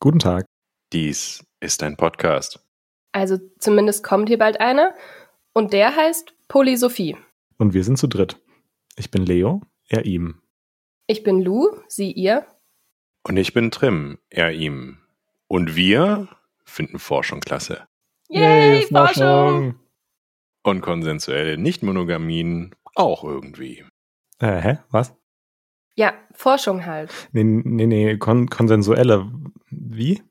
Guten Tag. Dies ist ein Podcast. Also zumindest kommt hier bald einer. Und der heißt Polysophie. Und wir sind zu dritt. Ich bin Leo, er ihm. Ich bin Lou, sie ihr. Und ich bin Trim, er ihm. Und wir finden Forschung klasse. Yay, Forschung! Und konsensuelle Nichtmonogamien auch irgendwie. Äh, hä? Was? Ja, Forschung halt. Nee, nee, nee, kon konsensuelle. Wie?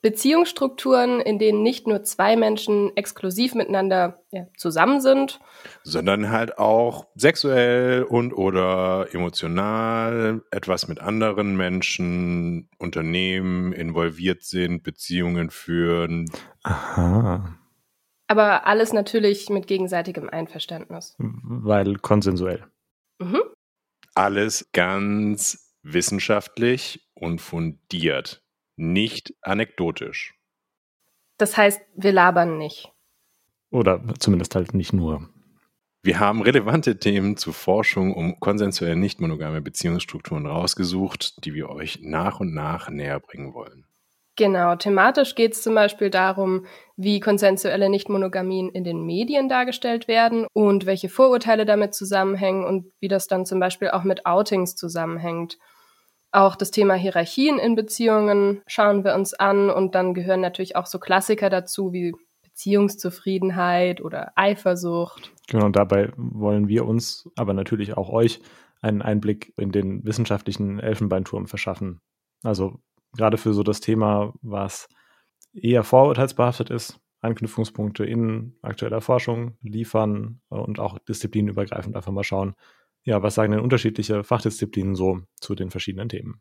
Beziehungsstrukturen, in denen nicht nur zwei Menschen exklusiv miteinander ja, zusammen sind. Sondern halt auch sexuell und oder emotional etwas mit anderen Menschen, Unternehmen involviert sind, Beziehungen führen. Aha. Aber alles natürlich mit gegenseitigem Einverständnis. Weil konsensuell. Mhm. Alles ganz wissenschaftlich und fundiert, nicht anekdotisch. Das heißt, wir labern nicht. Oder zumindest halt nicht nur. Wir haben relevante Themen zu Forschung um konsensuell nicht monogame Beziehungsstrukturen rausgesucht, die wir euch nach und nach näher bringen wollen. Genau, thematisch geht es zum Beispiel darum, wie konsensuelle Nichtmonogamien in den Medien dargestellt werden und welche Vorurteile damit zusammenhängen und wie das dann zum Beispiel auch mit Outings zusammenhängt. Auch das Thema Hierarchien in Beziehungen schauen wir uns an und dann gehören natürlich auch so Klassiker dazu wie Beziehungszufriedenheit oder Eifersucht. Genau, und dabei wollen wir uns, aber natürlich auch euch, einen Einblick in den wissenschaftlichen Elfenbeinturm verschaffen. Also gerade für so das Thema, was eher vorurteilsbehaftet ist, Anknüpfungspunkte in aktueller Forschung liefern und auch disziplinenübergreifend einfach mal schauen, ja, was sagen denn unterschiedliche Fachdisziplinen so zu den verschiedenen Themen?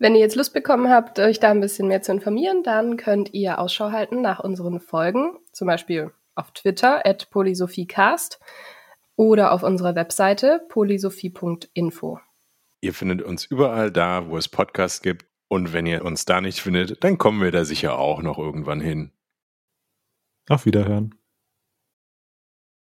Wenn ihr jetzt Lust bekommen habt, euch da ein bisschen mehr zu informieren, dann könnt ihr Ausschau halten nach unseren Folgen, zum Beispiel auf Twitter at polysophiecast oder auf unserer Webseite polysophie.info. Ihr findet uns überall da, wo es Podcasts gibt. Und wenn ihr uns da nicht findet, dann kommen wir da sicher auch noch irgendwann hin. Auf Wiederhören.